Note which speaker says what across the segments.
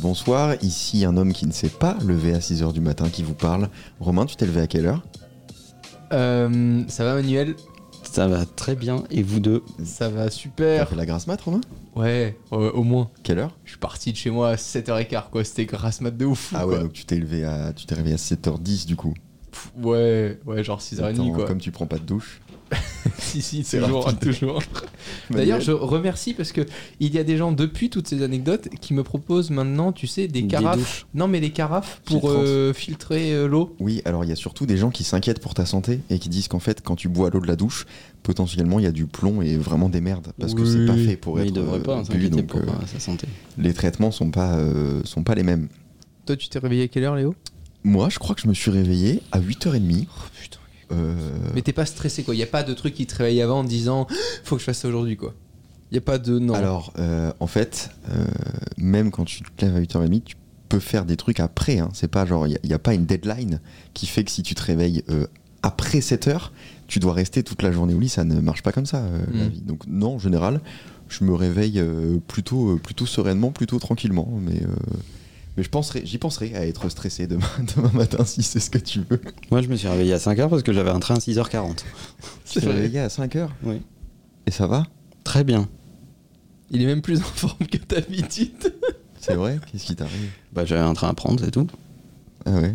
Speaker 1: bonsoir. Ici un homme qui ne s'est pas levé à 6h du matin qui vous parle. Romain, tu t'es levé à quelle heure
Speaker 2: Euh, ça va Manuel
Speaker 3: Ça va très bien. Et vous deux
Speaker 2: Ça va
Speaker 1: T'as
Speaker 2: super
Speaker 1: fait la grasse mat, Romain
Speaker 2: Ouais, ouais, au moins.
Speaker 1: Quelle heure
Speaker 2: Je suis parti de chez moi à 7h15 quoi, c'était grasse mat de ouf.
Speaker 1: Ah ouais,
Speaker 2: quoi.
Speaker 1: donc tu t'es levé à tu t'es réveillé à 7h10 du coup.
Speaker 2: Pff, ouais, ouais, genre
Speaker 1: Attends,
Speaker 2: 6h30 quoi.
Speaker 1: Comme tu prends pas de douche.
Speaker 2: si si,
Speaker 1: C'est
Speaker 2: toujours,
Speaker 1: rapide.
Speaker 2: toujours. D'ailleurs, je remercie parce que il y a des gens depuis toutes ces anecdotes qui me proposent maintenant, tu sais, des
Speaker 3: Des
Speaker 2: carafes. non mais des carafes pour
Speaker 1: Filtrantes.
Speaker 2: euh, filtrer euh, l'eau.
Speaker 1: Oui, alors il y a surtout des gens qui s'inquiètent pour ta santé et qui disent qu'en fait, quand tu bois l'eau de la douche, potentiellement il y a du plomb et vraiment des merdes parce que c'est
Speaker 2: Oui,
Speaker 1: pas fait pour
Speaker 3: Mais
Speaker 1: être
Speaker 3: il devrait pas
Speaker 1: euh,
Speaker 3: hein,
Speaker 1: bu,
Speaker 3: s'inquiéter
Speaker 1: donc
Speaker 3: pour
Speaker 1: euh,
Speaker 3: euh, sa santé.
Speaker 1: les traitements sont pas euh, sont pas les mêmes.
Speaker 2: Toi, tu t'es réveillé à quelle heure, Léo
Speaker 1: Moi, je crois que je me suis réveillé à 8h30.
Speaker 2: Oh putain.
Speaker 1: euh,
Speaker 2: Mais t'es pas stressé quoi, il y a pas de truc qui te réveille avant en disant faut que je fasse ça aujourd'hui quoi. Il y a pas de non.
Speaker 1: Alors, euh, en fait, euh, même quand tu te lèves à 8h30, tu peux faire des trucs après. hein. C'est pas genre, il n'y a, pas une deadline qui fait que si tu te réveilles euh, après 7h, tu dois rester toute la journée au lit. Ça ne marche pas comme ça, euh, la
Speaker 2: Mm.
Speaker 1: vie. Donc, non, en général, je me réveille euh, plutôt, euh, plutôt sereinement, plutôt tranquillement. Mais. euh, mais je penserai, j'y penserai à être stressé demain, demain matin si c'est ce que tu veux.
Speaker 3: Moi, je me suis réveillé à 5h parce que j'avais un train à 6h40.
Speaker 1: Tu t'es
Speaker 2: vrai.
Speaker 1: réveillé à 5h
Speaker 3: Oui.
Speaker 1: Et ça va
Speaker 3: Très bien.
Speaker 2: Il est même plus en forme que d'habitude.
Speaker 1: C'est vrai Qu'est-ce qui t'arrive
Speaker 3: Bah, j'avais un train à prendre, c'est tout.
Speaker 1: Ah ouais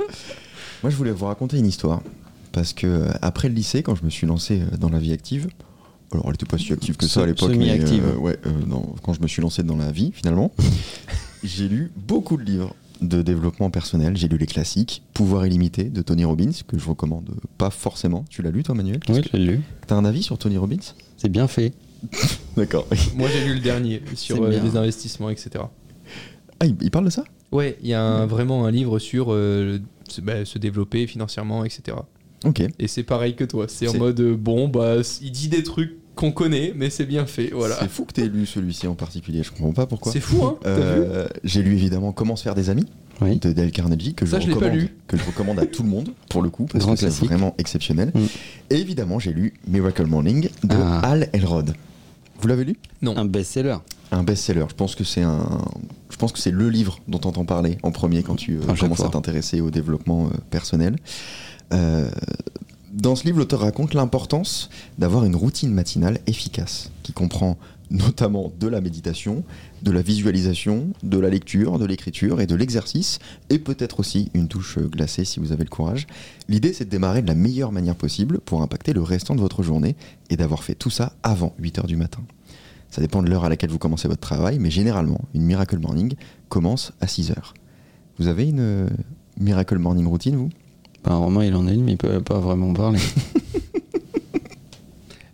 Speaker 1: Moi, je voulais vous raconter une histoire parce que euh, après le lycée, quand je me suis lancé euh, dans la vie active, alors elle était pas si active que ça à
Speaker 3: Se-
Speaker 1: l'époque, mais
Speaker 3: semi-active.
Speaker 1: euh, ouais, euh, non, quand je me suis lancé dans la vie finalement, j'ai lu beaucoup de livres de développement personnel. J'ai lu les classiques, Pouvoir illimité de Tony Robbins que je recommande pas forcément. Tu l'as lu toi, Manuel Qu'est-ce
Speaker 3: Oui, je l'ai lu.
Speaker 1: que- T'as un avis sur Tony Robbins
Speaker 3: C'est bien fait.
Speaker 1: D'accord.
Speaker 2: Moi, j'ai lu le dernier sur
Speaker 3: C'est
Speaker 2: euh,
Speaker 3: bien.
Speaker 2: les investissements, etc.
Speaker 1: Ah, il, il parle de ça
Speaker 2: Ouais, il y a un- vraiment un livre sur euh, se, bah, se développer financièrement, etc.
Speaker 1: Ok.
Speaker 2: Et c'est pareil que toi. C'est en
Speaker 1: C'est-
Speaker 2: mode, euh, bon, bah, il dit des trucs qu'on connaît, mais c'est bien fait, voilà.
Speaker 1: C'est fou que t'aies lu celui-ci en particulier. Je comprends pas pourquoi.
Speaker 2: C'est fou, hein T'as vu
Speaker 1: Euh, j'ai lu évidemment Comment se faire des amis
Speaker 3: Oui.
Speaker 1: de Dale Carnegie que
Speaker 2: Ça,
Speaker 1: je,
Speaker 2: je l'ai pas
Speaker 1: recommande,
Speaker 2: lu.
Speaker 1: que je recommande à tout le monde pour le coup parce
Speaker 3: Grand
Speaker 1: que c'est
Speaker 3: classique.
Speaker 1: vraiment exceptionnel.
Speaker 3: Mm.
Speaker 1: Et évidemment, j'ai lu Miracle Morning de
Speaker 3: Ah.
Speaker 1: Hal Elrod. Vous l'avez lu
Speaker 3: Un best-seller.
Speaker 1: Un best-seller. Je pense que c'est un je pense que c'est le livre dont on entend parler en premier quand tu euh,
Speaker 3: À chaque
Speaker 1: commences à
Speaker 3: fois.
Speaker 1: t'intéresser au développement euh, personnel. Euh, dans ce livre, l'auteur raconte l'importance d'avoir une routine matinale efficace qui comprend notamment de la méditation, de la visualisation, de la lecture, de l'écriture et de l'exercice, et peut-être aussi une touche euh, glacée si vous avez le courage. L'idée, c'est de démarrer de la meilleure manière possible pour impacter le restant de votre journée et d'avoir fait tout ça avant 8h du matin. Ça dépend de l'heure à laquelle vous commencez votre travail, mais généralement, une Miracle Morning commence à 6h. Vous avez une euh, Miracle Morning routine, vous
Speaker 3: Bah, Romain, il en a une, mais il peut pas vraiment parler.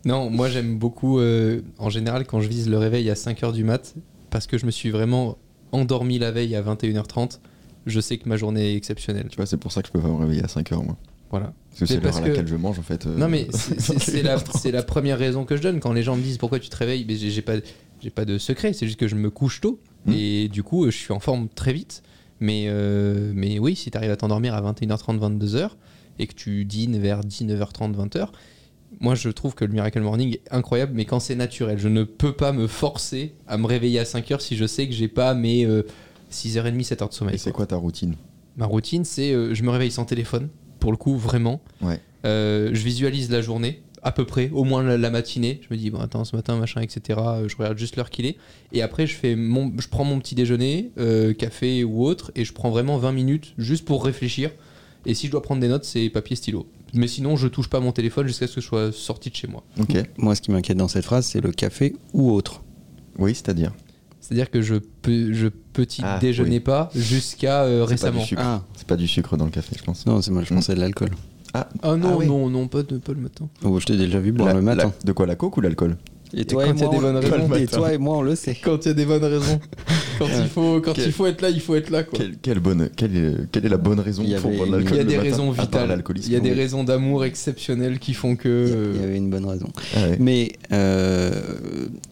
Speaker 2: Non, moi j'aime beaucoup euh, en général quand je vise le réveil à 5h du mat parce que je me suis vraiment endormi la veille à 21h30. Je sais que ma journée est exceptionnelle.
Speaker 1: Tu vois, c'est pour ça que je peux pas me réveiller à 5h, moi.
Speaker 2: Voilà.
Speaker 1: Parce que c'est
Speaker 2: Mais
Speaker 1: l'heure
Speaker 2: parce
Speaker 1: à
Speaker 2: que-
Speaker 1: laquelle je mange en fait. euh,
Speaker 2: Non, mais c'est- c'est c'est la,
Speaker 1: 21h30.
Speaker 2: c'est la première raison que je donne. Quand les gens me disent pourquoi tu te réveilles, mais j'ai j'ai pas, j'ai pas de secret. C'est juste que je me couche tôt.
Speaker 1: Mhm.
Speaker 2: Et du coup, euh, je suis en forme très vite. Mais, euh, mais oui, si tu arrives à t'endormir à 21h30, 22h et que tu dînes vers 19h30, 20h, moi je trouve que le Miracle Morning est incroyable, mais quand c'est naturel, je ne peux pas me forcer à me réveiller à 5h si je sais que j'ai pas mes euh, 6h30, 7h de sommeil.
Speaker 1: Et c'est
Speaker 2: quoi.
Speaker 1: quoi ta routine
Speaker 2: Ma routine, c'est euh, je me réveille sans téléphone, pour le coup, vraiment.
Speaker 1: Ouais.
Speaker 2: Euh, je visualise la journée, à peu près, au moins la, la matinée. Je me dis, bon, attends, ce matin, machin, etc. euh, Je regarde juste l'heure qu'il est. Et après, je, fais mon, je prends mon petit déjeuner, euh, café ou autre, et je prends vraiment 20 minutes juste pour réfléchir. Et si je dois prendre des notes, c'est papier, stylo. Mais sinon, je touche pas mon téléphone jusqu'à ce que je sois sorti de chez moi.
Speaker 1: Ok.
Speaker 3: Moi, ce qui m'inquiète dans cette phrase, c'est le café ou autre.
Speaker 1: Oui, c'est-à-dire.
Speaker 2: C'est-à-dire que je, peux, je petit
Speaker 1: Ah,
Speaker 2: déjeuner
Speaker 1: oui.
Speaker 2: pas jusqu'à
Speaker 1: C'est
Speaker 2: euh,
Speaker 1: pas du
Speaker 2: récemment.
Speaker 1: sucre.
Speaker 3: Ah,
Speaker 1: C'est pas du sucre dans le café, je pense.
Speaker 3: non, c'est moi, je
Speaker 1: Mm.
Speaker 3: pensais de l'alcool.
Speaker 1: Ah,
Speaker 2: Ah non,
Speaker 1: Ah oui.
Speaker 2: non, non, pas, de, pas le matin.
Speaker 3: Oh, je t'ai déjà vu boire
Speaker 1: la-
Speaker 3: le matin.
Speaker 1: la- de quoi la coke ou l'alcool
Speaker 3: Et
Speaker 2: toi et quand il y a moi, des on- bonnes
Speaker 1: raisons.
Speaker 3: et toi et moi, on le sait.
Speaker 2: Quand il y a des bonnes raisons. Quand, il faut, quand
Speaker 1: Quel-
Speaker 2: il faut être là, il faut être là. Quoi.
Speaker 1: quelle, quelle bonne, quelle, est- quelle est la bonne raison
Speaker 3: Il y
Speaker 1: pour
Speaker 3: avait-
Speaker 1: prendre l'alcool
Speaker 2: Il y a
Speaker 1: le
Speaker 2: des
Speaker 1: matin,
Speaker 2: raisons
Speaker 1: à part
Speaker 2: vitales.
Speaker 1: l'alcoolisme
Speaker 2: Il y a des
Speaker 1: Oui.
Speaker 2: raisons d'amour exceptionnelles qui font que.
Speaker 3: Il y
Speaker 2: euh,
Speaker 3: avait une bonne raison.
Speaker 1: Ah ouais.
Speaker 3: Mais euh,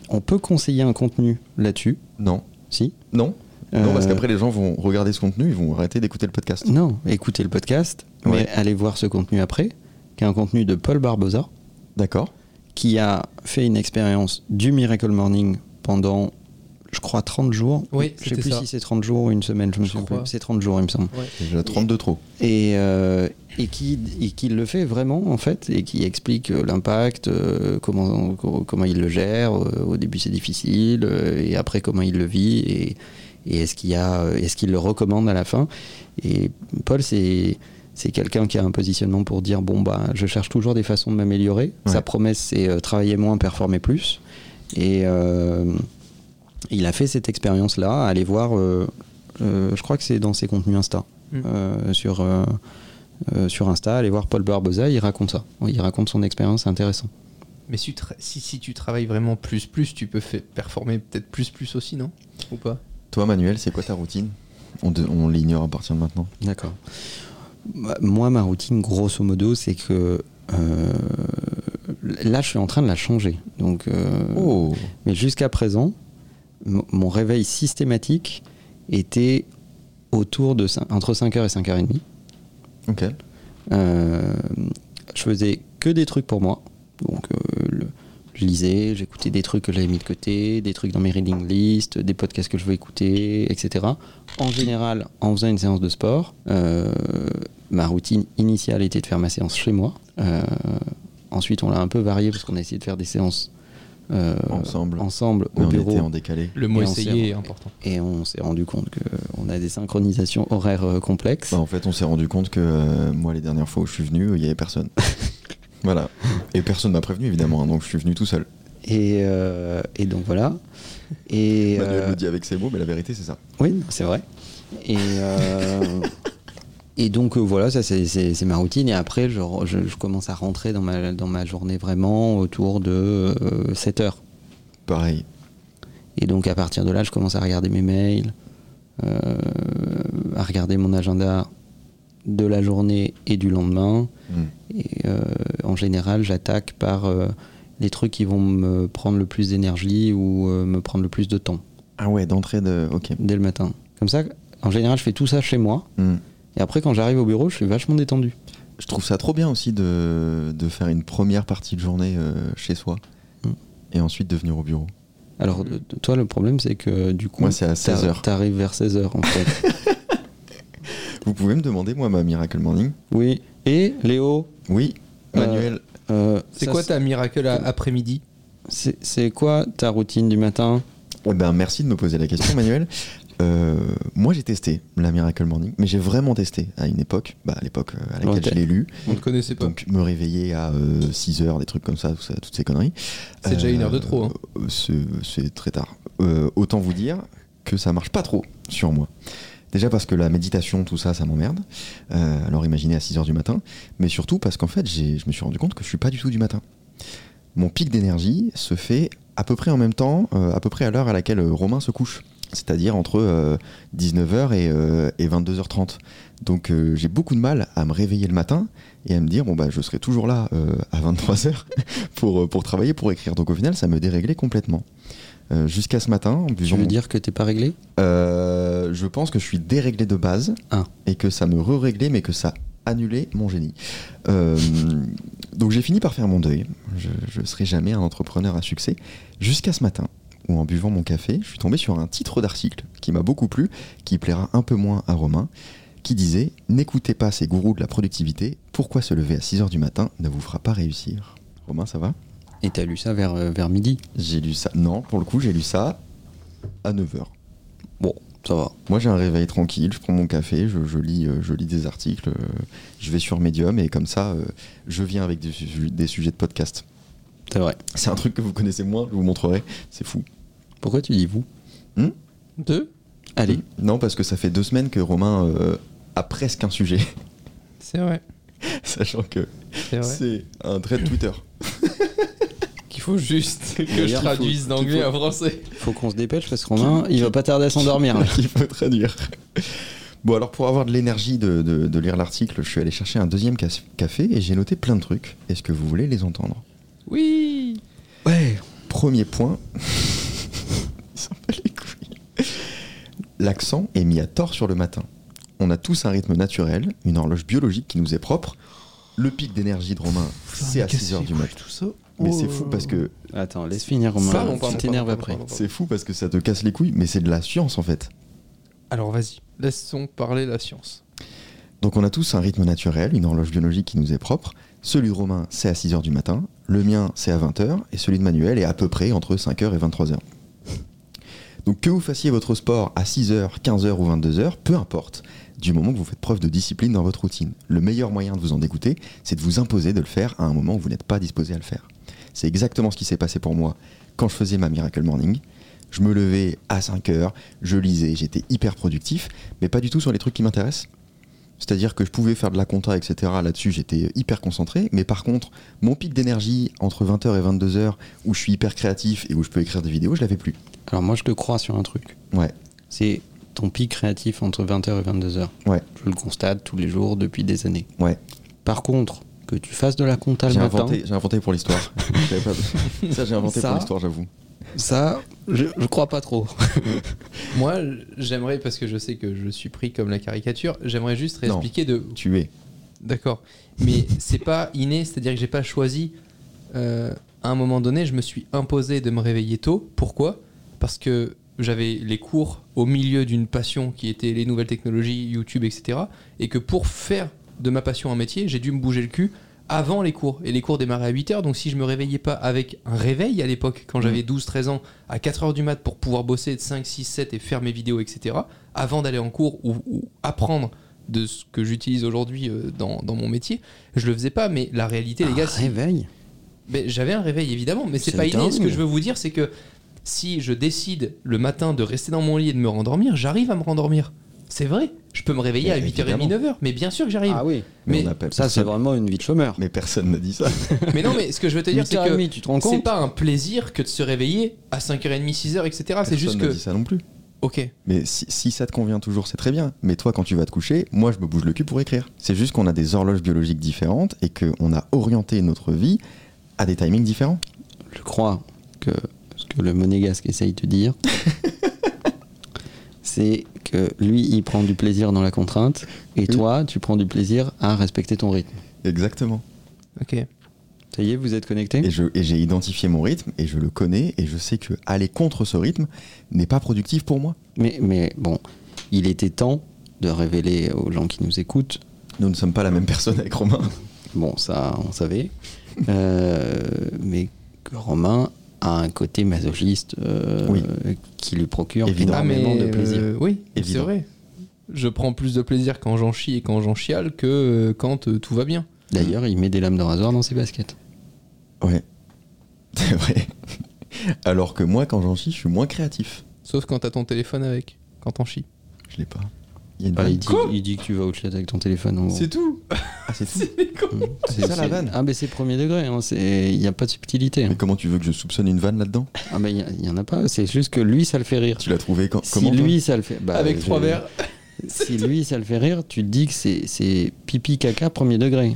Speaker 3: on peut conseiller un contenu là-dessus,
Speaker 1: Non,
Speaker 3: si
Speaker 1: non, non, parce
Speaker 3: Euh,
Speaker 1: qu'après les gens vont regarder ce contenu, ils vont arrêter d'écouter le podcast.
Speaker 3: Non, écoutez le podcast,
Speaker 1: Ouais.
Speaker 3: mais allez voir ce contenu après, qui est un contenu de Paul Barbosa,
Speaker 1: D'accord.
Speaker 3: qui a fait une expérience du Miracle Morning pendant, je crois, 30 jours.
Speaker 2: Oui,
Speaker 3: je sais
Speaker 2: c'était
Speaker 3: plus
Speaker 2: ça.
Speaker 3: si c'est 30 jours ou une semaine, je me
Speaker 2: Je
Speaker 3: souviens
Speaker 2: crois.
Speaker 3: plus. C'est 30 jours, il me semble.
Speaker 1: Déjà 32 trop.
Speaker 3: et, euh, et qui et qui le fait vraiment en fait et qui explique euh, l'impact euh, comment co- comment il le gère euh, au début c'est difficile euh, et après comment il le vit et, et est-ce qu'il y a euh, est-ce qu'il le recommande à la fin et Paul c'est c'est quelqu'un qui a un positionnement pour dire bon bah je cherche toujours des façons de m'améliorer
Speaker 1: Ouais.
Speaker 3: sa promesse c'est euh, travailler moins performer plus et euh, il a fait cette expérience là allez voir euh, euh, je crois que c'est dans ses contenus Insta
Speaker 2: Mm.
Speaker 3: euh, sur euh, euh, sur Insta, allez voir Paul Barbosa, il raconte ça. Il raconte son expérience, c'est intéressant.
Speaker 2: Mais si, tu tra- si, si tu travailles vraiment plus, plus, tu peux faire performer peut-être plus, plus aussi, non Ou pas
Speaker 1: Toi, Manuel, c'est quoi ta routine On, de- on l'ignore à partir de maintenant.
Speaker 3: D'accord. Bah, Moi, ma routine, grosso modo, c'est que euh, là, je suis en train de la changer. Donc, euh,
Speaker 1: Oh,
Speaker 3: Mais jusqu'à présent, m- mon réveil systématique était autour de cin- entre 5h et 5h30.
Speaker 1: ok.
Speaker 3: Euh, je faisais que des trucs pour moi. Donc, euh, le- je lisais, j'écoutais des trucs que j'avais mis de côté, des trucs dans mes reading lists, des podcasts que je veux écouter, etc. En général, en faisant une séance de sport, euh, ma routine initiale était de faire ma séance chez moi. Euh, ensuite, on l'a un peu varié parce qu'on a essayé de faire des séances euh,
Speaker 1: Bah, Ensemble.
Speaker 3: ensemble
Speaker 1: Mais
Speaker 3: au
Speaker 1: on
Speaker 3: bureau.
Speaker 1: était en décalé.
Speaker 2: Le mot
Speaker 3: Et on
Speaker 2: essayer
Speaker 3: s'est-
Speaker 2: est important.
Speaker 3: Et on s'est rendu compte qu'on a des synchronisations horaires euh, complexes.
Speaker 1: Bah, en fait, on s'est rendu compte que euh, moi, les dernières fois où je suis venu, il y avait personne. voilà. Et personne m'a prévenu, évidemment, hein, donc je suis venu tout seul.
Speaker 3: Et, euh, et donc voilà. Et,
Speaker 1: Manuel
Speaker 3: euh,
Speaker 1: le dit avec ses mots, mais la vérité, c'est ça.
Speaker 3: Oui, non, c'est vrai. Et, euh, et donc euh, voilà, ça c'est- c'est c'est ma routine. Et après, je, re- je- je commence à rentrer dans ma, dans ma journée vraiment autour de 7 heures.
Speaker 1: Pareil.
Speaker 3: Et donc à partir de là, je commence à regarder mes mails, euh, à regarder mon agenda de la journée et du lendemain.
Speaker 1: Mm.
Speaker 3: Et euh, en général, j'attaque par euh, les trucs qui vont me prendre le plus d'énergie ou euh, me prendre le plus de temps
Speaker 1: Ah ouais, d'entrée de. Ok.
Speaker 3: dès le matin. Comme ça, en général, je fais tout ça chez moi.
Speaker 1: Mm.
Speaker 3: Et après, quand j'arrive au bureau, je suis vachement détendu.
Speaker 1: Je trouve ça trop bien aussi de, de faire une première partie de journée euh, chez soi
Speaker 3: Mm.
Speaker 1: et ensuite de venir au bureau.
Speaker 3: Alors,
Speaker 2: Mm.
Speaker 3: de- de- toi, le problème, c'est que du coup,
Speaker 1: Moi, c'est à 16
Speaker 3: t'a-
Speaker 1: heures.
Speaker 3: T'arrives vers 16h, en fait.
Speaker 1: Vous pouvez me demander, moi, ma Miracle Morning
Speaker 3: oui. Et Léo,
Speaker 1: Oui,
Speaker 3: Euh,
Speaker 1: Manuel.
Speaker 3: euh,
Speaker 2: C'est
Speaker 3: ça,
Speaker 2: quoi ta miracle à- après-midi
Speaker 3: c'est- C'est quoi ta routine du matin
Speaker 1: Eh ben, merci de me poser la question, Manuel. Euh, moi, j'ai testé la Miracle Morning, mais j'ai vraiment testé à une époque, bah, à l'époque euh, à laquelle
Speaker 3: Lointaine.
Speaker 1: je l'ai lu.
Speaker 2: On ne connaissait pas.
Speaker 1: Donc, me réveiller à 6 heures, des trucs comme ça, tout ça, toutes ces conneries.
Speaker 2: C'est déjà une heure de trop, hein.
Speaker 1: euh, C'est c'est très tard. Euh, autant vous dire que ça marche pas trop sur moi. Déjà parce que la méditation, tout ça, ça m'emmerde. Euh, alors imaginez à 6 heures du matin. Mais surtout parce qu'en fait, j'ai- je me suis rendu compte que je suis pas du tout du matin. Mon pic d'énergie se fait à peu près en même temps, euh, à peu près à l'heure à laquelle euh, Romain se couche. c'est-à-dire entre 19h et, euh, et 22h30. Donc euh, j'ai beaucoup de mal à me réveiller le matin et à me dire bon bah je serai toujours là euh, à 23h pour, euh, pour travailler, pour écrire. Donc au final ça me déréglait complètement. Euh, Jusqu'à ce matin, en
Speaker 3: Je
Speaker 1: buvant
Speaker 3: veux
Speaker 1: mon-
Speaker 3: dire que t'es pas réglé
Speaker 1: Euh, je pense que je suis déréglé de base
Speaker 3: Ah.
Speaker 1: et que ça me re-réglait, mais que ça annulait mon génie. Euh, donc j'ai fini par faire mon deuil. Je je serai jamais un entrepreneur à succès. Jusqu'à ce matin, où en buvant mon café, je suis tombé sur un titre d'article qui m'a beaucoup plu, qui plaira un peu moins à Romain, qui disait N'écoutez pas ces gourous de la productivité, pourquoi se lever à 6h du matin ne vous fera pas réussir Romain, ça va
Speaker 3: Et t'as lu ça vers, euh, vers midi
Speaker 1: J'ai lu ça. Non, pour le coup, j'ai lu ça à 9h.
Speaker 3: Bon, ça va.
Speaker 1: Moi, j'ai un réveil tranquille, je prends mon café, je, je lis, euh, je lis des articles, euh, je vais sur Medium et comme ça, euh, je viens avec des, su- des sujets de podcast.
Speaker 3: C'est vrai.
Speaker 1: C'est un truc que vous connaissez moins, je vous montrerai, c'est fou.
Speaker 3: Pourquoi tu dis vous
Speaker 2: Deux
Speaker 3: Allez,
Speaker 1: Non, parce que ça fait deux semaines que Romain euh, a presque un sujet,
Speaker 2: C'est vrai.
Speaker 1: sachant que
Speaker 2: C'est vrai.
Speaker 1: c'est un trait de Twitter.
Speaker 2: Qu'il faut juste que je
Speaker 3: D'ailleurs,
Speaker 2: traduise
Speaker 3: qu'il faut-
Speaker 2: d'anglais
Speaker 3: qu'il faut-
Speaker 2: à français.
Speaker 3: faut qu'on se dépêche parce que Romain, il va pas tarder à s'endormir. là.
Speaker 1: Il faut traduire. Bon, alors pour avoir de l'énergie de, de- de lire l'article, je suis allé chercher un deuxième cas- café et j'ai noté plein de trucs. Est-ce que vous voulez les entendre
Speaker 2: Oui
Speaker 1: Ouais. Premier point. Il s'en bat les couilles. L'accent est mis à tort sur le matin. On a tous un rythme naturel, une horloge biologique qui nous est propre. Le pic d'énergie de Romain, c'est à 6h du matin.
Speaker 2: Tout ça.
Speaker 1: Mais c'est fou parce que
Speaker 3: Attends, laisse finir Romain.
Speaker 2: Pardon, pardon,
Speaker 3: tu
Speaker 2: pardon,
Speaker 3: t'énerves
Speaker 2: pardon,
Speaker 3: après.
Speaker 2: pardon, pardon.
Speaker 1: c'est fou parce que ça te casse les couilles, mais c'est de la science en fait.
Speaker 2: Alors vas-y, laissons parler la science.
Speaker 1: Donc on a tous un rythme naturel, une horloge biologique qui nous est propre. Celui de Romain, c'est à 6h du matin, le mien, c'est à 20h, et celui de Manuel est à peu près entre 5h et 23h. Donc que vous fassiez votre sport à 6h, 15h ou 22h, peu importe, du moment que vous faites preuve de discipline dans votre routine, le meilleur moyen de vous en dégoûter, c'est de vous imposer de le faire à un moment où vous n'êtes pas disposé à le faire. C'est exactement ce qui s'est passé pour moi quand je faisais ma Miracle Morning. Je me levais à 5h, je lisais, j'étais hyper productif, mais pas du tout sur les trucs qui m'intéressent. C'est-à-dire que je pouvais faire de la compta, etc. Là-dessus, j'étais hyper concentré. Mais par contre, mon pic d'énergie entre 20h et 22h, où je suis hyper créatif et où je peux écrire des vidéos, je l'avais plus.
Speaker 3: Alors moi, je te crois sur un truc.
Speaker 1: Ouais,
Speaker 3: C'est ton pic créatif entre 20h et 22h.
Speaker 1: ouais,
Speaker 3: Je le constate tous les jours depuis des années.
Speaker 1: ouais.
Speaker 3: Par contre, que tu fasses de la compta le
Speaker 1: J'ai
Speaker 3: matin,
Speaker 1: inventé, j'ai inventé pour l'histoire. J'avais pas- Ça, j'ai inventé
Speaker 3: Ça.
Speaker 1: pour l'histoire, j'avoue.
Speaker 3: ça, je, je crois pas trop.
Speaker 2: Moi, j'aimerais, parce que je sais que je suis pris comme la caricature, j'aimerais juste
Speaker 1: Non.
Speaker 2: réexpliquer de.
Speaker 1: Tu es.
Speaker 2: D'accord. Mais c'est pas inné, c'est-à-dire que j'ai pas choisi. Euh, à un moment donné, je me suis imposé de me réveiller tôt. Pourquoi Parce que j'avais les cours au milieu d'une passion qui était les nouvelles technologies, YouTube, etc. Et que pour faire de ma passion un métier, j'ai dû me bouger le cul avant les cours. Et les cours démarraient à 8h, donc si je me réveillais pas avec un réveil à l'époque, quand j'avais 12-13 ans, à 4h du mat pour pouvoir bosser de 5, 6, 7 et faire mes vidéos, etc., avant d'aller en cours ou, ou apprendre de ce que j'utilise aujourd'hui euh, dans, dans mon métier, je le faisais pas, mais la réalité, les gars,
Speaker 3: Ah,
Speaker 2: c'est-
Speaker 3: réveil.
Speaker 2: ben, j'avais un réveil évidemment, mais c'est
Speaker 3: C'est
Speaker 2: pas inné.
Speaker 3: dingue.
Speaker 2: Ce que je veux vous dire, c'est que si je décide le matin de rester dans mon lit et de me rendormir, j'arrive à me rendormir. C'est vrai, je peux me réveiller
Speaker 1: Mais
Speaker 2: à 8h30,
Speaker 1: évidemment.
Speaker 2: 9h, mais bien sûr que j'arrive.
Speaker 3: Ah oui.
Speaker 1: Mais,
Speaker 2: Mais-
Speaker 1: on appelle
Speaker 3: Ça, c'est
Speaker 1: personne-
Speaker 3: vraiment une vie de chômeur.
Speaker 1: Mais personne n'a dit ça.
Speaker 2: mais non, mais ce que je veux te dire, c'est
Speaker 3: 8h30,
Speaker 2: que
Speaker 3: tu te rends
Speaker 2: c'est
Speaker 3: compte
Speaker 2: pas un plaisir que de se réveiller à 5h30, 6h, etc. C'est
Speaker 1: Personne
Speaker 2: juste
Speaker 1: n'a
Speaker 2: que.
Speaker 1: dit ça non plus.
Speaker 2: Ok,
Speaker 1: Mais si, si ça te convient toujours, c'est très bien. Mais toi, quand tu vas te coucher, moi, je me bouge le cul pour écrire. C'est juste qu'on a des horloges biologiques différentes et qu'on a orienté notre vie à des timings différents.
Speaker 3: Je crois que ce que le monégasque essaye de dire, c'est que lui, il prend du plaisir dans la contrainte, et toi, tu prends du plaisir à respecter ton rythme.
Speaker 1: Exactement.
Speaker 2: ok. Ah,
Speaker 3: Ça y est, vous êtes connectés
Speaker 1: Et je- et j'ai identifié mon rythme et je le connais et je sais que aller contre ce rythme n'est pas productif pour moi.
Speaker 3: Mais, mais bon, il était temps de révéler aux gens qui nous écoutent.
Speaker 1: Nous ne sommes pas la même personne avec Romain.
Speaker 3: Bon, ça, on savait. Euh, mais que Romain a un côté masochiste euh,
Speaker 1: Oui.
Speaker 3: qui lui procure
Speaker 1: Évidemment.
Speaker 3: énormément de
Speaker 2: euh,
Speaker 3: plaisir.
Speaker 2: oui, c'est
Speaker 1: Évident.
Speaker 2: vrai. Je prends plus de plaisir quand j'en chie et quand j'en chiale que euh, quand euh, tout va bien.
Speaker 3: D'ailleurs, il met des lames de rasoir dans ses baskets.
Speaker 1: Ouais. C'est vrai. Alors que moi, quand j'en chie, je suis moins créatif.
Speaker 2: Sauf quand t'as ton téléphone avec, quand t'en chies.
Speaker 1: Je l'ai pas. Il y a une
Speaker 3: Bah,
Speaker 1: vanne.
Speaker 3: il, dit, il dit que tu vas au chat avec ton téléphone. en gros.
Speaker 2: C'est tout
Speaker 1: Ah, c'est tout.
Speaker 2: C'est con.
Speaker 3: Mm.
Speaker 1: C'est ça, la vanne.
Speaker 3: Ah, mais c'est premier degré, hein, c'est- il n'y a pas de subtilité. hein.
Speaker 1: Mais comment tu veux que je soupçonne une vanne là-dedans
Speaker 3: Ah, mais il y a- il n'y en a pas, c'est juste que lui, ça le fait rire.
Speaker 1: Tu l'as trouvé quand,
Speaker 3: Si
Speaker 1: comment toi
Speaker 3: lui, ça le fait. bah,
Speaker 2: Avec
Speaker 3: je-
Speaker 2: trois verres.
Speaker 3: Si lui, ça le fait rire, tu te dis que c'est- c'est pipi caca premier degré.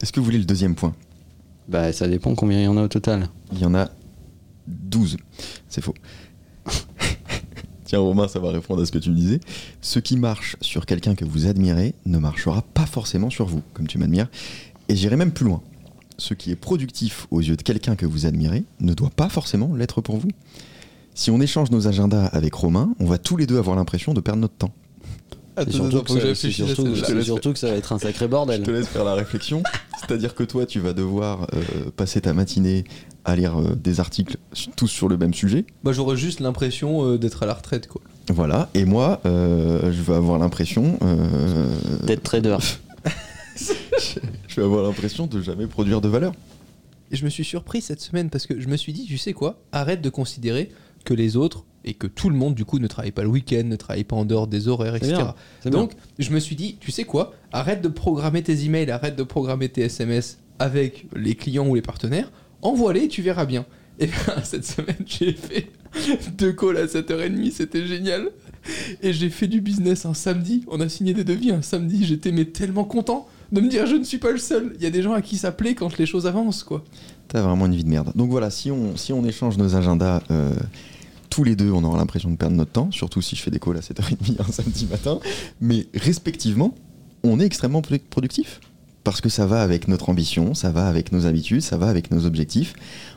Speaker 1: Est-ce que vous voulez le deuxième point
Speaker 3: bah, ça dépend combien il y en a au total.
Speaker 1: Il y en a 12. C'est faux. Tiens, Romain, ça va répondre à ce que tu me disais. Ce qui marche sur quelqu'un que vous admirez ne marchera pas forcément sur vous, comme tu m'admires. Et j'irai même plus loin. Ce qui est productif aux yeux de quelqu'un que vous admirez ne doit pas forcément l'être pour vous. Si on échange nos agendas avec Romain, on va tous les deux avoir l'impression de perdre notre temps.
Speaker 3: C'est
Speaker 2: Attends,
Speaker 3: surtout,
Speaker 2: attends, Ah, faut que je
Speaker 3: que, c'est
Speaker 2: réfléchisse à
Speaker 3: surtout-
Speaker 2: celle-là.
Speaker 3: c'est surtout que ça va être un sacré bordel.
Speaker 1: Je te laisse faire la réflexion. C'est-à-dire que toi, tu vas devoir euh, passer ta matinée à lire euh, des articles s- tous sur le même sujet.
Speaker 2: Moi, j'aurais juste l'impression euh, d'être à la retraite, quoi.
Speaker 1: Voilà, et moi, euh, je vais avoir l'impression, euh,
Speaker 3: D'être trader.
Speaker 1: je vais avoir l'impression de jamais produire de valeur.
Speaker 2: Et je me suis surpris cette semaine parce que je me suis dit, tu sais quoi, arrête de considérer que les autres et que tout le monde du coup ne travaille pas le week-end, ne travaille pas en dehors des horaires,
Speaker 3: C'est
Speaker 2: etc.
Speaker 3: bien, c'est
Speaker 2: Donc je me suis dit, tu sais quoi, arrête de programmer tes emails, arrête de programmer tes SMS avec les clients ou les partenaires, envoie-les, tu verras bien. Et bien, cette semaine, j'ai fait deux calls à 7h30, c'était génial. Et j'ai fait du business un samedi, on a signé des devis un samedi, j'étais mais tellement content de me dire je ne suis pas le seul, il y a des gens à qui ça plaît quand les choses avancent quoi.
Speaker 1: T'as vraiment une vie de merde. Donc voilà, si on, si on échange nos agendas euh, tous les deux, on aura l'impression de perdre notre temps, surtout si je fais des calls à 7h30 un samedi matin. Mais respectivement, on est extrêmement produ- productif. Parce que ça va avec notre ambition, ça va avec nos habitudes, ça va avec nos objectifs.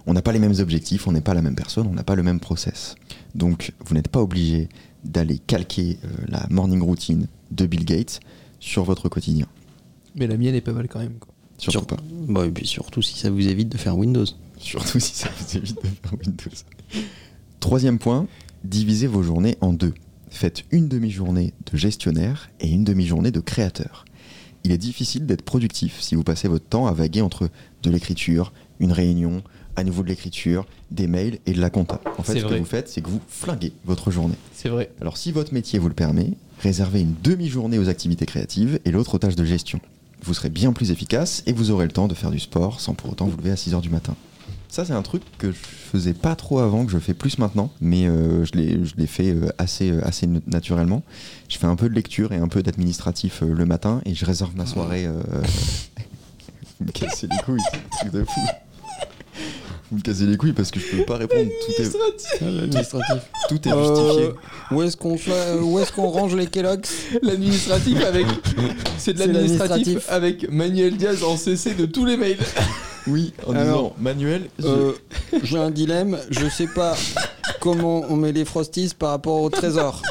Speaker 1: On n'a pas les mêmes objectifs, on n'est pas la même personne, on n'a pas le même process. Donc vous n'êtes pas obligé d'aller calquer euh, la morning routine de Bill Gates sur votre quotidien.
Speaker 2: Mais la mienne est pas mal quand même. Quoi.
Speaker 1: Surtout
Speaker 3: Sur-
Speaker 1: pas.
Speaker 3: Bah, et puis surtout si ça vous évite de faire Windows.
Speaker 1: Surtout si ça vous évite de faire Windows. Troisième point, divisez vos journées en deux. Faites une demi-journée de gestionnaire et une demi-journée de créateur. Il est difficile d'être productif si vous passez votre temps à vaguer entre de l'écriture, une réunion, à nouveau de l'écriture, des mails et de la compta. En fait,
Speaker 2: C'est
Speaker 1: ce que
Speaker 2: vrai.
Speaker 1: vous faites, c'est que vous flinguez votre journée.
Speaker 2: C'est vrai.
Speaker 1: Alors si votre métier vous le permet, réservez une demi-journée aux activités créatives et l'autre aux tâches de gestion. Vous serez bien plus efficace et vous aurez le temps de faire du sport sans pour autant vous lever à 6h du matin. Ça c'est un truc que je faisais pas trop avant, que je fais plus maintenant, mais euh, je l'ai je l'ai fait euh, assez, euh, assez n- naturellement. Je fais un peu de lecture et un peu d'administratif euh, le matin et je réserve ma soirée... euh, vous me cassez les couilles, c'est un truc de fou. Vous me cassez les couilles parce que je peux pas répondre, tout est,
Speaker 3: L'administratif.
Speaker 1: tout est justifié.
Speaker 3: Euh, où est-ce qu'on est qu'on range les Kellogg's
Speaker 2: L'administratif avec. C'est de
Speaker 3: C'est
Speaker 2: l'administratif
Speaker 3: l'administratif.
Speaker 2: avec Manuel Diaz en CC de tous les mails.
Speaker 1: Oui, en
Speaker 3: Alors,
Speaker 1: disant Manuel, je-
Speaker 2: euh,
Speaker 3: Euh, J'ai un dilemme, je sais pas comment on met les Frosties par rapport au trésor.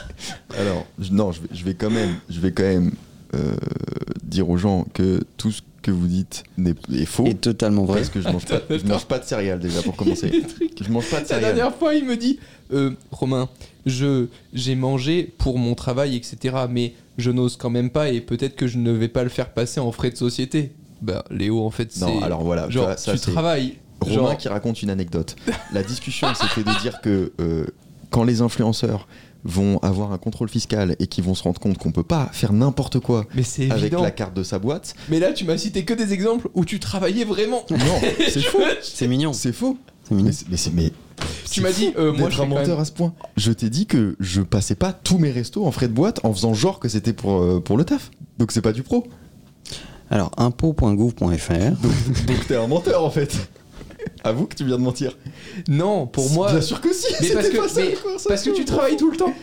Speaker 1: Alors, je- non, je vais, je vais quand même, je vais quand même euh, dire aux gens que tout ce que vous dites n'est- est, faux.
Speaker 3: Est totalement vrai.
Speaker 1: Parce que je mange pas, je mange pas de céréales déjà pour
Speaker 2: Il y a
Speaker 1: commencer.
Speaker 2: des trucs.
Speaker 1: Je mange pas de
Speaker 2: La
Speaker 1: céréales.
Speaker 2: dernière fois, il me dit euh, Romain, je j'ai mangé pour mon travail, etc. Mais je n'ose quand même pas et peut-être que je ne vais pas le faire passer en frais de société. Bah, Léo, en fait, c'est.
Speaker 1: Non, alors voilà, tu
Speaker 2: genre,
Speaker 1: vois, ça,
Speaker 2: tu
Speaker 1: c'est-
Speaker 2: travailles.
Speaker 1: Romain
Speaker 2: genre,
Speaker 1: qui raconte une anecdote. La discussion, c'était de dire que euh, quand les influenceurs vont avoir un contrôle fiscal et qu'ils vont se rendre compte qu'on peut pas faire n'importe quoi
Speaker 2: Mais c'est
Speaker 1: avec
Speaker 2: évident.
Speaker 1: la carte de sa boîte,
Speaker 2: Mais là, tu m'as cité que des exemples où tu travaillais vraiment.
Speaker 1: non, c'est faux.
Speaker 3: C'est mignon.
Speaker 1: C'est faux.
Speaker 3: C'est mignon.
Speaker 1: Mais c'est- mais c'est mais
Speaker 2: Tu m'as dit, euh, moi,
Speaker 1: D'être
Speaker 2: je fais
Speaker 1: un
Speaker 2: quand même-
Speaker 1: menteur à ce point. Je t'ai dit que je passais pas tous mes restos en frais de boîte en faisant genre que c'était pour, euh, pour le taf. Donc c'est pas du pro.
Speaker 3: Alors impôts.gouv.fr.
Speaker 1: Donc t'es un menteur en fait. Avoue que tu viens de mentir.
Speaker 2: Non, pour moi.
Speaker 1: Bien sûr que si.
Speaker 2: Mais
Speaker 1: c'était
Speaker 2: parce
Speaker 1: pas
Speaker 2: que,
Speaker 1: ça,
Speaker 2: mais
Speaker 1: la conversation.
Speaker 2: parce que tu travailles tout le temps.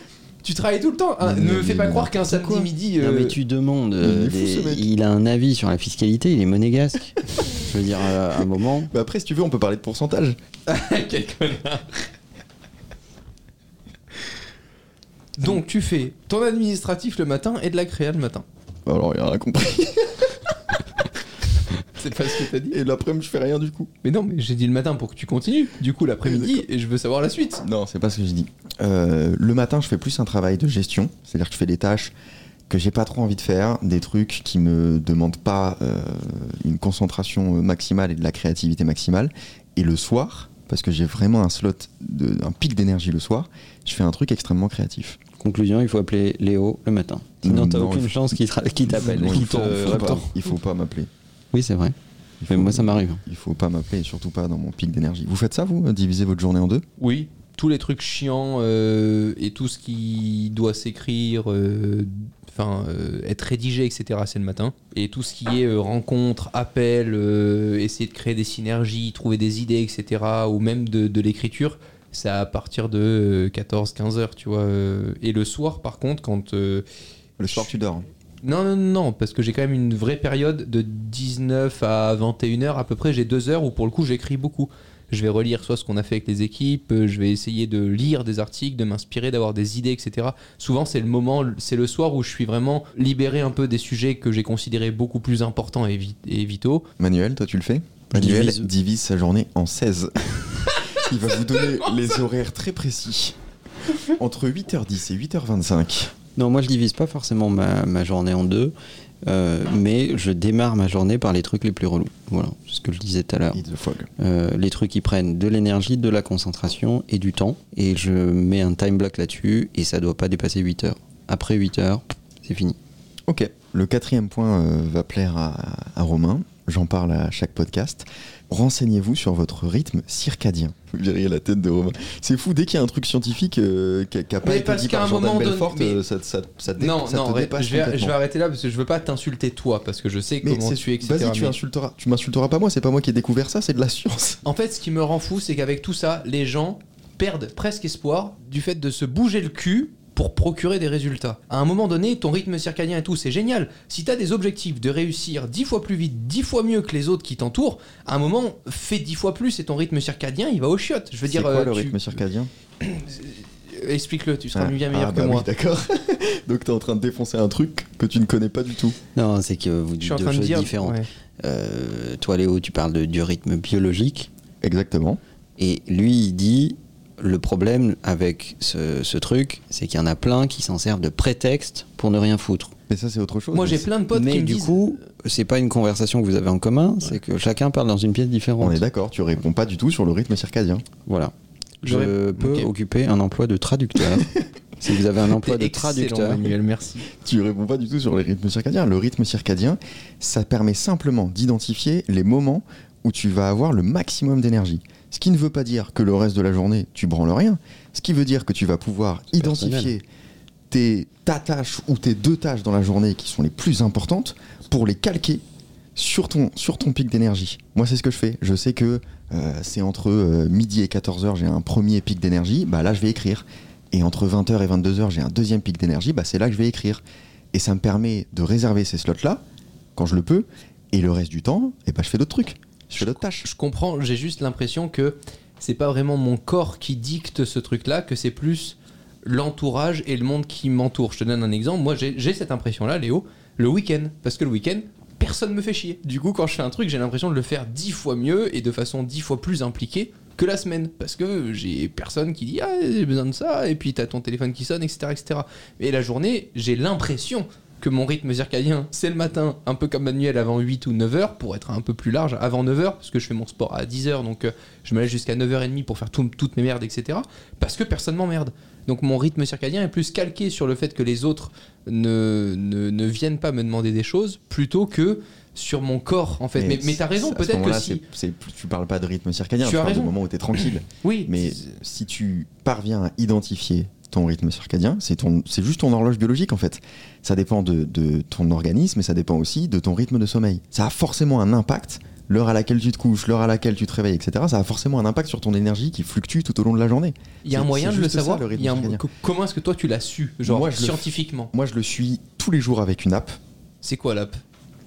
Speaker 2: Tu travailles tout le temps. hein.
Speaker 3: Mais-
Speaker 2: ne me fais
Speaker 3: mais-
Speaker 2: pas
Speaker 3: mais
Speaker 2: croire qu'un samedi
Speaker 3: quoi
Speaker 2: midi.
Speaker 3: Non,
Speaker 2: euh,
Speaker 3: mais tu demandes.
Speaker 1: il est
Speaker 3: euh,
Speaker 1: fou, ce
Speaker 3: des-
Speaker 1: mec.
Speaker 3: il a un avis sur la fiscalité, il est monégasque. Je veux dire, euh, à un moment.
Speaker 1: Bah après, si tu veux, on peut parler de pourcentage.
Speaker 2: Quel connard. Donc tu fais ton administratif le matin et de la créa le matin.
Speaker 1: Alors, il a rien compris.
Speaker 2: C'est pas ce que t'as dit.
Speaker 1: Et l'après-midi, je fais rien du coup.
Speaker 2: Mais non, mais j'ai dit le matin pour que tu continues. Du coup l'après-midi et je veux savoir la suite.
Speaker 1: Non, c'est pas ce que je dis. Euh, le matin, je fais plus un travail de gestion, c'est-à-dire que je fais des tâches que j'ai pas trop envie de faire, des trucs qui me demandent pas euh, une concentration euh, maximale et de la créativité maximale. Et le soir, parce que j'ai vraiment un slot, de, un pic d'énergie le soir, je fais un truc extrêmement créatif.
Speaker 3: Conclusion, il faut appeler Léo le matin. Sinon, t'as
Speaker 1: Non,
Speaker 3: aucune
Speaker 1: il-
Speaker 3: chance qu'il tra- qu'il t'appelle.
Speaker 1: Non,
Speaker 3: qu'il
Speaker 1: il faut,
Speaker 3: te
Speaker 1: faut pas,
Speaker 3: rapporte.
Speaker 1: il faut pas m'appeler.
Speaker 3: Oui, c'est vrai.
Speaker 1: Il
Speaker 3: Mais
Speaker 1: faut-
Speaker 3: moi, ça m'arrive.
Speaker 1: Il faut pas m'appeler, et surtout pas dans mon pic d'énergie. Vous faites ça, vous euh, Divisez votre journée en deux
Speaker 2: Oui, tous les trucs chiants euh, et tout ce qui doit s'écrire, euh, enfin euh, être rédigé, etc. C'est le matin. Et tout ce qui est euh, rencontre, appel, euh, essayer de créer des synergies, trouver des idées, etc. Ou même de, de l'écriture. C'est à partir de 14-15 heures, tu vois. euh. Et le soir, par contre, quand euh,
Speaker 1: Le soir, tu dors.
Speaker 2: non, non, non, parce que j'ai quand même une vraie période de 19 à 21 heures à peu près. J'ai deux heures où pour le coup j'écris beaucoup. Je vais relire soit ce qu'on a fait avec les équipes, euh, je vais essayer de lire des articles, de m'inspirer, d'avoir des idées, etc. Souvent c'est le moment, c'est le soir où je suis vraiment libéré un peu des sujets que j'ai considérés beaucoup plus importants et, vit- et vitaux.
Speaker 1: Manuel, toi, tu le fais
Speaker 2: Bah,
Speaker 1: Manuel
Speaker 3: Divise-
Speaker 1: divise, sa journée en 16. Il va vous donner les horaires très précis. Entre 8h10 et 8h25.
Speaker 3: Non, moi je divise pas forcément ma, ma journée en deux, euh, mais je démarre ma journée par les trucs les plus relous. Voilà, c'est ce que je disais tout à l'heure.
Speaker 1: It's the fog.
Speaker 3: Euh, les trucs qui prennent de l'énergie, de la concentration et du temps. Et je mets un time block là-dessus et ça doit pas dépasser 8 heures. Après 8 heures, c'est fini.
Speaker 1: Ok. Le quatrième point euh, va plaire à, à Romain. J'en parle à chaque podcast. Renseignez-vous sur votre rythme circadien. Vous verriez la tête de Romain. C'est fou, dès qu'il y a un truc scientifique euh, qui n'a pas
Speaker 2: Mais
Speaker 1: été
Speaker 2: parce
Speaker 1: dit
Speaker 2: qu'à
Speaker 1: par
Speaker 2: un
Speaker 1: Jordan
Speaker 2: moment donné-
Speaker 1: Belfort,
Speaker 2: mais-
Speaker 1: euh, ça, ça- ça dé-
Speaker 2: non,
Speaker 1: ça
Speaker 2: non,
Speaker 1: te
Speaker 2: arrête,
Speaker 1: dépasse
Speaker 2: je vais, je
Speaker 1: complètement.
Speaker 2: vais arrêter là parce que je veux pas t'insulter toi, parce que je sais
Speaker 1: Mais
Speaker 2: comment
Speaker 1: c'est-
Speaker 2: tu es, etc.
Speaker 1: Vas-y, tu
Speaker 2: mais-
Speaker 1: insulteras. Tu m'insulteras pas moi, c'est pas moi qui ai découvert ça, c'est de la science.
Speaker 2: En fait, ce qui me rend fou, c'est qu'avec tout ça, les gens perdent presque espoir du fait de se bouger le cul pour procurer des résultats. À un moment donné, ton rythme circadien et tout, c'est génial. Si t'as des objectifs de réussir 10 fois plus vite, 10 fois mieux que les autres qui t'entourent, à un moment, fais 10 fois plus et ton rythme circadien, il va au chiottes. Je veux
Speaker 1: C'est
Speaker 2: dire,
Speaker 1: quoi
Speaker 2: euh,
Speaker 1: le
Speaker 2: tu-
Speaker 1: rythme circadien
Speaker 2: euh, explique-le, tu seras
Speaker 1: Ah,
Speaker 2: bien meilleur
Speaker 1: ah,
Speaker 2: que
Speaker 1: bah
Speaker 2: moi.
Speaker 1: oui, d'accord. Donc t'es en train de défoncer un truc que tu ne connais pas du tout.
Speaker 3: Non, c'est que vous
Speaker 2: Je
Speaker 3: dites
Speaker 2: suis en
Speaker 3: deux
Speaker 2: train de
Speaker 3: choses
Speaker 2: dire.
Speaker 3: différentes.
Speaker 2: ouais.
Speaker 3: Euh, toi Léo, tu parles de- du rythme biologique.
Speaker 1: Exactement.
Speaker 3: Et lui, il dit le problème avec ce, ce truc, c'est qu'il y en a plein qui s'en servent de prétexte pour ne rien foutre.
Speaker 1: Mais ça c'est autre chose.
Speaker 2: Moi,
Speaker 1: Mais
Speaker 2: j'ai
Speaker 1: c'est-
Speaker 2: plein de potes qui
Speaker 3: Mais
Speaker 2: me
Speaker 3: du
Speaker 2: disent.
Speaker 3: coup, c'est pas une conversation que vous avez en commun, c'est que chacun parle dans une pièce différente.
Speaker 1: On est d'accord, tu réponds pas du tout sur le rythme circadien.
Speaker 3: Voilà. Je
Speaker 2: J'aurais-
Speaker 3: peux
Speaker 2: Ok.
Speaker 3: occuper un emploi de traducteur. si vous avez un
Speaker 2: T'es
Speaker 3: emploi de
Speaker 2: excellent,
Speaker 3: traducteur,
Speaker 2: Manuel, merci.
Speaker 1: Tu réponds pas du tout sur le rythme circadien. Le rythme circadien, ça permet simplement d'identifier les moments où tu vas avoir le maximum d'énergie. Ce qui ne veut pas dire que le reste de la journée, tu branles rien. Ce qui veut dire que tu vas pouvoir
Speaker 3: C'est
Speaker 1: identifier tes, ta tâche ou tes deux tâches dans la journée qui sont les plus importantes pour les calquer sur ton, sur ton pic d'énergie. Moi, c'est ce que je fais. Je sais que euh, c'est entre euh, midi et 14h, j'ai un premier pic d'énergie. Bah, là, je vais écrire. Et entre 20h et 22h, j'ai un deuxième pic d'énergie. Bah, c'est là que je vais écrire. Et ça me permet de réserver ces slots-là quand je le peux. Et le reste du temps, eh ben, je fais d'autres trucs. Je fais d'autres tâches.
Speaker 2: je comprends, j'ai juste l'impression que c'est pas vraiment mon corps qui dicte ce truc-là, que c'est plus l'entourage et le monde qui m'entoure. Je te donne un exemple, moi j'ai j'ai cette impression-là, Léo, le week-end, parce que le week-end, personne me fait chier. Du coup, quand je fais un truc, j'ai l'impression de le faire dix fois mieux et de façon dix fois plus impliquée que la semaine, parce que j'ai personne qui dit ah j'ai besoin de ça, et puis t'as ton téléphone qui sonne, etc., etc. Et la journée, j'ai l'impression que mon rythme circadien, c'est le matin, un peu comme Manuel avant 8 ou 9 heures, pour être un peu plus large, avant 9 heures, parce que je fais mon sport à 10 heures, donc euh, je me lève jusqu'à 9h30 pour faire tout- toutes mes merdes, etc. Parce que personne m'emmerde. Donc mon rythme circadien est plus calqué sur le fait que les autres ne, ne, ne viennent pas me demander des choses, plutôt que sur mon corps, en fait. Mais, mais t'as raison,
Speaker 1: à ce
Speaker 2: peut-être que
Speaker 1: moment-là,
Speaker 2: si...
Speaker 1: c'est- c'est- tu parles pas de rythme circadien,
Speaker 2: Tu
Speaker 1: tu,
Speaker 2: as
Speaker 1: parles du
Speaker 2: raison.
Speaker 1: moment où tu es tranquille.
Speaker 2: Oui,
Speaker 1: Mais
Speaker 2: c'est-
Speaker 1: si tu parviens à identifier ton rythme circadien, c'est ton- c'est juste ton horloge biologique en fait. Ça dépend de, de ton organisme et ça dépend aussi de ton rythme de sommeil. Ça a forcément un impact l'heure à laquelle tu te couches, l'heure à laquelle tu te réveilles, etc., ça a forcément un impact sur ton énergie qui fluctue tout au long de la journée.
Speaker 2: Il y a un
Speaker 1: C'est-
Speaker 2: moyen
Speaker 1: c'est
Speaker 2: de le
Speaker 1: juste ça,
Speaker 2: savoir.
Speaker 1: le rythme
Speaker 2: Il y a un-
Speaker 1: circadien.
Speaker 2: co- Comment est-ce que toi tu l'as su, genre
Speaker 1: Moi, je le f-
Speaker 2: scientifiquement
Speaker 1: Moi, je le suis tous les jours avec une app,
Speaker 2: C'est quoi l'app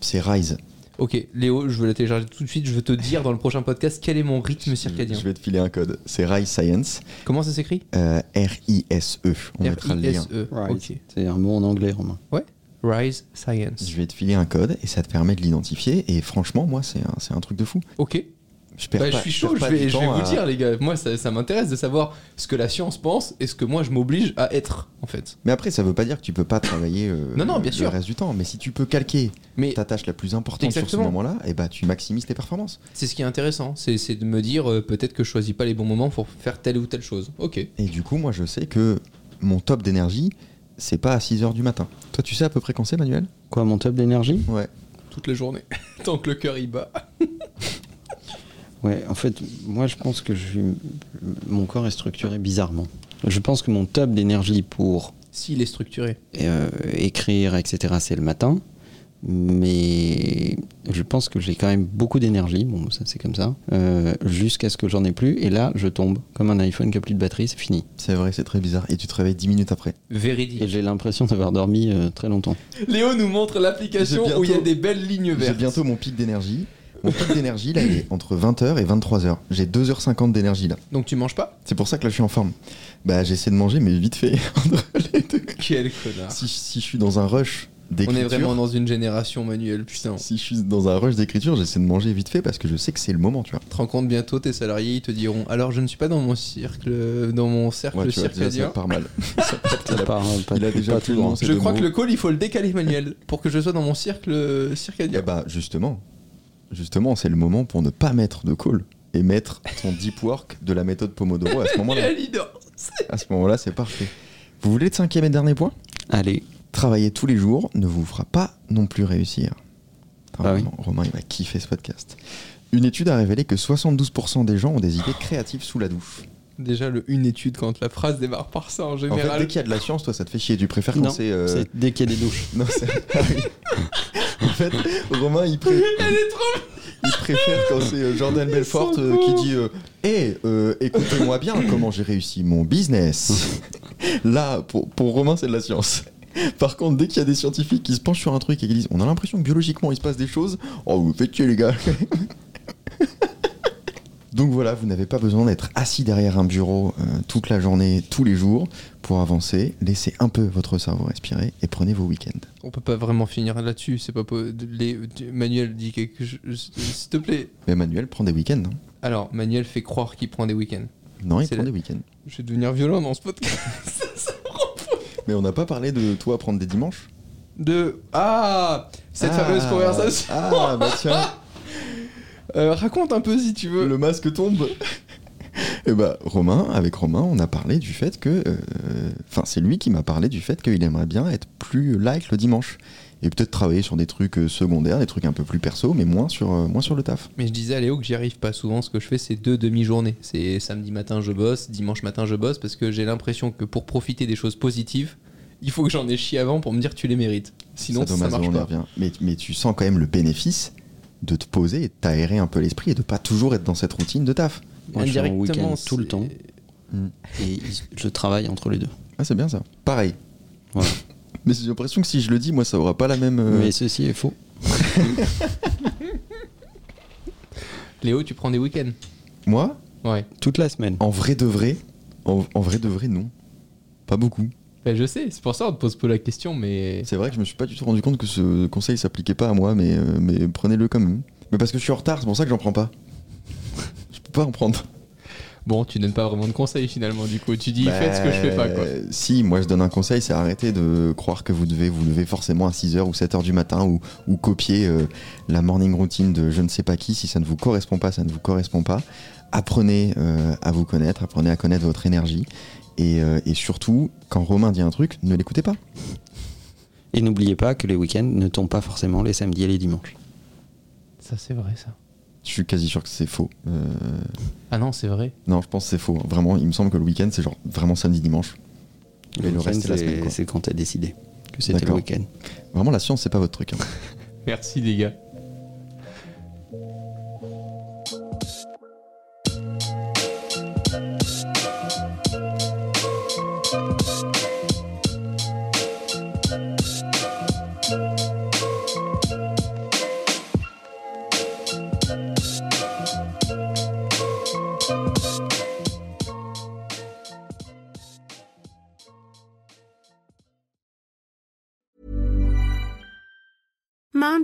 Speaker 1: c'est Rise.
Speaker 2: Ok, Léo, je veux la télécharger tout de suite. Je veux te dire dans le prochain podcast quel est mon rythme circadien.
Speaker 1: Je vais te filer un code, c'est Rise Science,
Speaker 2: Comment ça s'écrit
Speaker 1: euh, R-I-S-E. E. On mettra le lien.
Speaker 2: R-I-S-E. E. Ok.
Speaker 3: C'est un mot en anglais, Romain.
Speaker 2: Ouais. Rise Science.
Speaker 1: Je vais te filer un code et ça te permet de l'identifier. Et franchement, moi, c'est un, c'est un truc de fou.
Speaker 2: Ok.
Speaker 1: Je perds
Speaker 2: Bah,
Speaker 1: pas-
Speaker 2: je suis
Speaker 1: je perds
Speaker 2: chaud, je
Speaker 1: pas
Speaker 2: vais,
Speaker 1: du
Speaker 2: je vais
Speaker 1: temps
Speaker 2: vous
Speaker 1: à-
Speaker 2: dire, les gars. Moi, ça, ça m'intéresse de savoir ce que la science pense et ce que moi je m'oblige à être, en fait.
Speaker 1: Mais après, ça veut pas dire que tu peux pas travailler euh,
Speaker 2: Non, non, bien
Speaker 1: le
Speaker 2: sûr.
Speaker 1: reste du temps. Mais si tu peux calquer
Speaker 2: Mais
Speaker 1: ta tâche la plus importante sur
Speaker 2: Exactement.
Speaker 1: ce moment-là, et bah, tu maximises tes performances.
Speaker 2: c'est ce qui est intéressant, c'est c'est de me dire euh, peut-être que je choisis pas les bons moments pour faire telle ou telle chose. Ok.
Speaker 1: Et du coup, moi, je sais que mon top d'énergie, c'est pas à 6h du matin. Toi, tu sais à peu près quand c'est, Manuel
Speaker 3: Quoi, mon top d'énergie
Speaker 1: Ouais.
Speaker 2: Toute la journée, tant que le cœur y bat.
Speaker 3: Ouais, en fait, moi je pense que je suis- mon corps est structuré bizarrement. Je pense que mon top d'énergie pour
Speaker 2: S'il est structuré.
Speaker 3: euh, écrire, etc., c'est le matin. Mais je pense que j'ai quand même beaucoup d'énergie, bon ça c'est comme ça, euh, jusqu'à ce que j'en ai plus. Et là, je tombe comme un iPhone qui a plus de batterie, c'est fini.
Speaker 1: C'est vrai, c'est très bizarre. Et tu te réveilles 10 minutes après.
Speaker 3: Et
Speaker 2: Véridique.
Speaker 3: j'ai l'impression d'avoir dormi euh, très longtemps.
Speaker 2: Léo nous montre
Speaker 1: J'ai
Speaker 2: l'application
Speaker 1: bientôt-
Speaker 2: où il y a des belles lignes
Speaker 1: J'ai
Speaker 2: vertes.
Speaker 1: bientôt mon pic d'énergie. Mon pic d'énergie, là, il est entre 20h et 23h. J'ai 2h50 d'énergie, là.
Speaker 2: Donc tu manges pas
Speaker 1: C'est pour ça que là, je suis en forme. Bah, j'essaie de manger, mais vite fait, entre les deux.
Speaker 2: Quel connard.
Speaker 1: Si, si je suis dans un rush
Speaker 2: On est
Speaker 1: d'écriture,
Speaker 2: vraiment dans une génération manuelle, putain.
Speaker 1: si je suis dans un rush d'écriture, j'essaie de manger vite fait parce que je sais que c'est le moment, tu vois.
Speaker 2: Tu te rends compte bientôt, tes salariés, ils te diront Alors, je ne suis pas dans mon cercle, euh, dans mon cercle
Speaker 1: Ouais, tu vois, déjà, ça
Speaker 2: circadien.
Speaker 1: part mal.
Speaker 3: Pas- pas-
Speaker 1: il a déjà
Speaker 3: pas hein.
Speaker 1: plus
Speaker 3: tout
Speaker 1: le
Speaker 3: loin.
Speaker 1: nom, c'est
Speaker 2: Je
Speaker 1: deux
Speaker 2: crois
Speaker 1: mots.
Speaker 2: que le call, il faut le décaler, Manuel, pour que je sois dans mon cercle euh,
Speaker 1: Eh
Speaker 2: circadien.
Speaker 1: bah justement, justement, c'est le moment pour ne pas mettre de call et mettre ton deep work de la méthode Pomodoro à ce moment-là.
Speaker 2: Quelle idée.
Speaker 1: À ce moment-là, c'est parfait. Vous voulez le cinquième et dernier point
Speaker 3: Allez,
Speaker 1: Travailler tous les jours ne vous fera pas non plus réussir. Putain,
Speaker 3: Ah oui.
Speaker 1: vraiment, Romain, il va kiffer ce podcast. Une étude a révélé que 72% des gens ont des idées créatives sous la douche.
Speaker 2: Déjà, le une étude, quand la phrase démarre par ça en
Speaker 1: En fait,
Speaker 2: général.
Speaker 1: dès qu'il y a de la science, toi, ça te fait chier. Tu préfères quand
Speaker 3: non,
Speaker 1: c'est... euh,
Speaker 3: c'est dès qu'il y a des douches.
Speaker 1: Non, c'est... Ah oui. en fait, Romain, il, pré-
Speaker 2: Elle est trop
Speaker 1: Il préfère quand c'est euh, Jordan Belfort euh, qui dit euh, Eh, euh, écoutez-moi bien comment j'ai réussi mon business. Là, pour, pour Romain, c'est de la science. Par contre, dès qu'il y a des scientifiques qui se penchent sur un truc et qui disent On a l'impression que biologiquement il se passe des choses, oh, vous vous faites tuer les gars. Donc voilà, vous n'avez pas besoin d'être assis derrière un bureau euh, toute la journée, tous les jours, pour avancer. Laissez un peu votre cerveau respirer et prenez vos week-ends.
Speaker 2: On peut pas vraiment finir là-dessus, c'est pas po- les- tu- Manuel dit quelque chose. euh, S'il te plaît.
Speaker 1: Mais Manuel prend des week-ends. hein.
Speaker 2: Alors, Manuel fait croire qu'il prend des week-ends.
Speaker 1: Non, il
Speaker 2: C'est
Speaker 1: prend
Speaker 2: la-
Speaker 1: des week-ends.
Speaker 2: Je vais devenir violent dans ce podcast.
Speaker 1: Mais on n'a pas parlé de toi prendre des dimanches
Speaker 2: De. Ah Cette
Speaker 1: Ah,
Speaker 2: fameuse conversation.
Speaker 1: Ah, bah tiens,
Speaker 2: Euh, raconte un peu si tu veux.
Speaker 1: le masque tombe. Et bah, Romain, avec Romain, on a parlé du fait que. euh, Enfin, c'est lui qui m'a parlé du fait qu'il aimerait bien être plus light le dimanche. Et peut-être travailler sur des trucs euh, secondaires, des trucs un peu plus perso, mais moins sur, euh, moins sur le taf.
Speaker 2: Mais je disais à Léo que j'y arrive pas souvent. Ce que je fais, c'est deux demi-journées. C'est samedi matin, je bosse, dimanche matin, je bosse, parce que j'ai l'impression que pour profiter des choses positives, il faut que j'en ai chié avant pour me dire que tu les mérites. Sinon, ça,
Speaker 1: Sadomaso,
Speaker 2: marche
Speaker 1: on y
Speaker 2: pas.
Speaker 1: revient. Mais, mais tu sens quand même le bénéfice de te poser et de t'aérer un peu l'esprit et de pas toujours être dans cette routine de taf.
Speaker 3: Moi, je suis en
Speaker 2: Indirectement,
Speaker 3: week-end tout le
Speaker 2: c'est-
Speaker 3: temps. Et je travaille entre les deux.
Speaker 1: Ah, c'est bien ça. Pareil.
Speaker 3: Voilà.
Speaker 1: Mais j'ai l'impression que si je le dis, moi, ça aura pas la même. euh,
Speaker 3: Mais ceci est faux.
Speaker 2: Léo, tu prends des week-ends
Speaker 1: Moi,
Speaker 2: Ouais.
Speaker 3: Toute la semaine.
Speaker 1: En vrai de vrai, en, en vrai de vrai, non. Pas beaucoup.
Speaker 2: Ben, je sais, c'est pour ça qu'on te pose pas la question, mais.
Speaker 1: C'est vrai que je me suis pas du tout rendu compte que ce conseil s'appliquait pas à moi, mais, euh, mais prenez-le quand même. Mais parce que je suis en retard, c'est pour ça que j'en prends pas. Je peux pas en prendre.
Speaker 2: Bon, tu donnes pas vraiment de conseils finalement, du coup. Tu dis,
Speaker 1: Ben,
Speaker 2: faites ce que je fais pas, quoi.
Speaker 1: Euh, Bah, Si, moi je donne un conseil, c'est arrêter de croire que vous devez vous lever forcément à 6h ou 7h du matin ou, ou copier euh, la morning routine de je ne sais pas qui. Si ça ne vous correspond pas, ça ne vous correspond pas. Apprenez euh, à vous connaître, apprenez à connaître votre énergie. Et, euh, et surtout, quand Romain dit un truc, ne l'écoutez pas.
Speaker 3: Et n'oubliez pas que les week-ends ne tombent pas forcément les samedis et les dimanches.
Speaker 2: Ça, c'est vrai, ça.
Speaker 1: Je suis quasi sûr que c'est faux. Euh,
Speaker 2: Ah non, c'est vrai.
Speaker 1: Non, je pense que c'est faux. hein. Vraiment, il me semble que le week-end, c'est genre vraiment samedi, dimanche. Mais le
Speaker 3: week-end,
Speaker 1: reste, c'est la semaine, quoi.
Speaker 3: c'est quand t'as décidé que c'était le
Speaker 1: D'accord.
Speaker 3: week-end.
Speaker 1: Vraiment, la science, c'est pas votre truc. hein.
Speaker 2: Merci, les gars.
Speaker 4: Mom